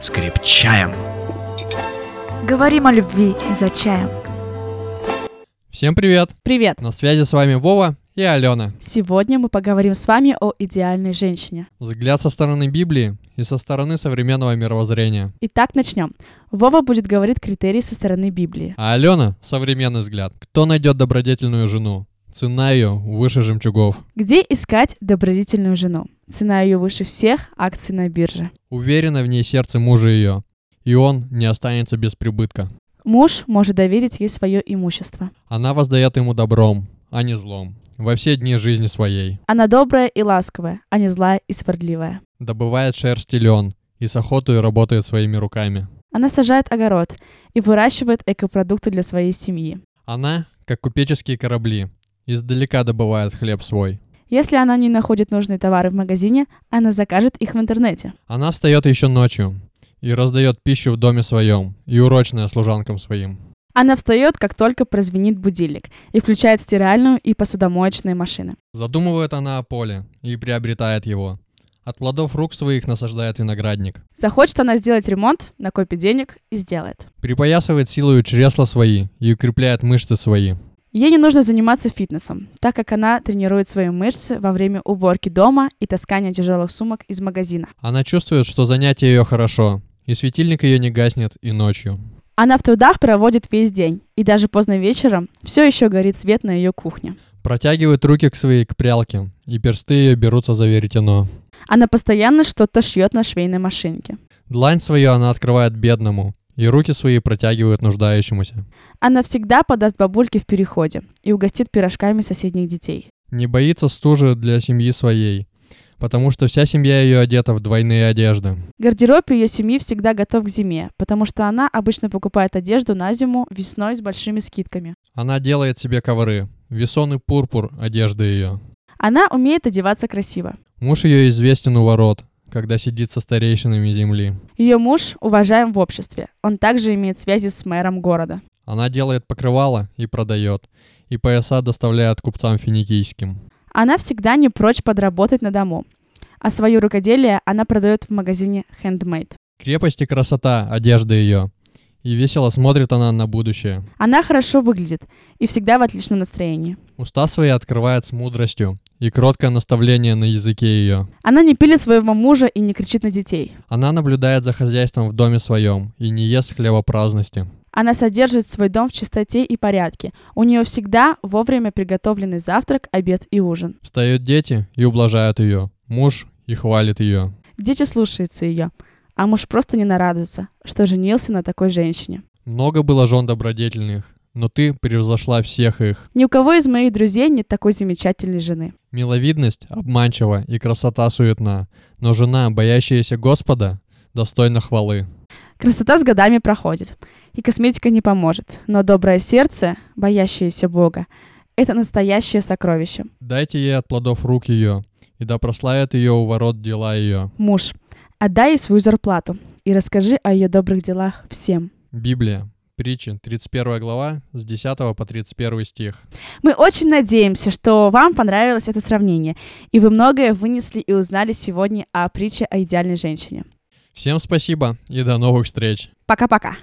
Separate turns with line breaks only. скрип чаем.
Говорим о любви за чаем.
Всем привет!
Привет!
На связи с вами Вова и Алена.
Сегодня мы поговорим с вами о идеальной женщине.
Взгляд со стороны Библии и со стороны современного мировоззрения.
Итак, начнем. Вова будет говорить критерии со стороны Библии.
А Алена — современный взгляд. Кто найдет добродетельную жену? Цена ее выше жемчугов.
Где искать добродетельную жену? Цена ее выше всех акций на бирже.
Уверена в ней сердце мужа ее, и он не останется без прибытка.
Муж может доверить ей свое имущество.
Она воздает ему добром, а не злом, во все дни жизни своей.
Она добрая и ласковая, а не злая и сварливая.
Добывает шерсть и лен, и с охотой работает своими руками.
Она сажает огород и выращивает экопродукты для своей семьи.
Она, как купеческие корабли, издалека добывает хлеб свой.
Если она не находит нужные товары в магазине, она закажет их в интернете.
Она встает еще ночью и раздает пищу в доме своем, и урочная служанкам своим.
Она встает, как только прозвенит будильник, и включает стиральную и посудомоечные машины.
Задумывает она о поле и приобретает его. От плодов рук своих насаждает виноградник.
Захочет она сделать ремонт, накопит денег и сделает.
Припоясывает силою чресла свои и укрепляет мышцы свои.
Ей не нужно заниматься фитнесом, так как она тренирует свои мышцы во время уборки дома и таскания тяжелых сумок из магазина.
Она чувствует, что занятие ее хорошо, и светильник ее не гаснет и ночью.
Она в трудах проводит весь день, и даже поздно вечером все еще горит свет на ее кухне.
Протягивает руки к своей к прялке, и персты ее берутся за веретено.
Она постоянно что-то шьет на швейной машинке.
Длань свою она открывает бедному, и руки свои протягивают нуждающемуся.
Она всегда подаст бабульке в переходе и угостит пирожками соседних детей.
Не боится стужи для семьи своей, потому что вся семья ее одета в двойные одежды.
Гардероб ее семьи всегда готов к зиме, потому что она обычно покупает одежду на зиму весной с большими скидками.
Она делает себе ковры, весон и пурпур одежды ее.
Она умеет одеваться красиво.
Муж ее известен у ворот, когда сидит со старейшинами земли.
Ее муж уважаем в обществе. Он также имеет связи с мэром города.
Она делает покрывала и продает, и пояса доставляет купцам финикийским.
Она всегда не прочь подработать на дому. А свое рукоделие она продает в магазине Handmade.
Крепость и красота одежды ее, и весело смотрит она на будущее.
Она хорошо выглядит и всегда в отличном настроении.
Уста свои открывает с мудростью, и кроткое наставление на языке ее.
Она не пилит своего мужа и не кричит на детей.
Она наблюдает за хозяйством в доме своем и не ест хлеба праздности.
Она содержит свой дом в чистоте и порядке. У нее всегда вовремя приготовленный завтрак, обед и ужин.
Встают дети и ублажают ее, муж и хвалит ее.
Дети слушаются ее, а муж просто не нарадуется, что женился на такой женщине.
Много было жен добродетельных, но ты превзошла всех их.
Ни у кого из моих друзей нет такой замечательной жены.
Миловидность обманчива и красота суетна, но жена, боящаяся Господа, достойна хвалы.
Красота с годами проходит, и косметика не поможет, но доброе сердце, боящееся Бога, это настоящее сокровище.
Дайте ей от плодов рук ее, и да прославят ее у ворот дела ее.
Муж, отдай ей свою зарплату и расскажи о ее добрых делах всем.
Библия. Притчи, 31 глава, с 10 по 31 стих.
Мы очень надеемся, что вам понравилось это сравнение, и вы многое вынесли и узнали сегодня о притче о идеальной женщине.
Всем спасибо и до новых встреч!
Пока-пока!